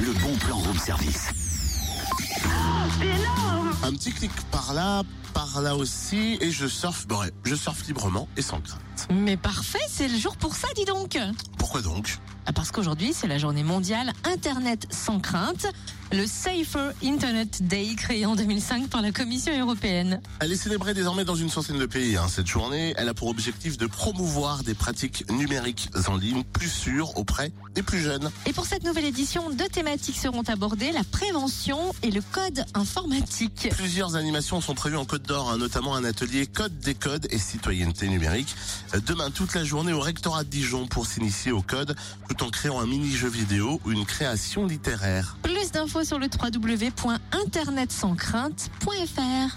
Le bon plan room service. Un petit clic par là, par là aussi, et je surfe, bref, je surfe librement et sans crainte. Mais parfait, c'est le jour pour ça, dis donc Pourquoi donc Ah, Parce qu'aujourd'hui, c'est la journée mondiale Internet sans crainte, le Safer Internet Day créé en 2005 par la Commission européenne. Elle est célébrée désormais dans une centaine de pays. hein. Cette journée, elle a pour objectif de promouvoir des pratiques numériques en ligne plus sûres auprès des plus jeunes. Et pour cette nouvelle édition, deux thématiques seront abordées, la prévention et le code informatique. Plusieurs animations sont prévues en Côte d'Or, hein, notamment un atelier Code des codes et citoyenneté numérique. Euh, Demain, toute la journée au rectorat de Dijon pour s'initier au code, tout en créant un mini-jeu vidéo ou une création littéraire. Plus d'infos sur le www.internetsanscrainte.fr.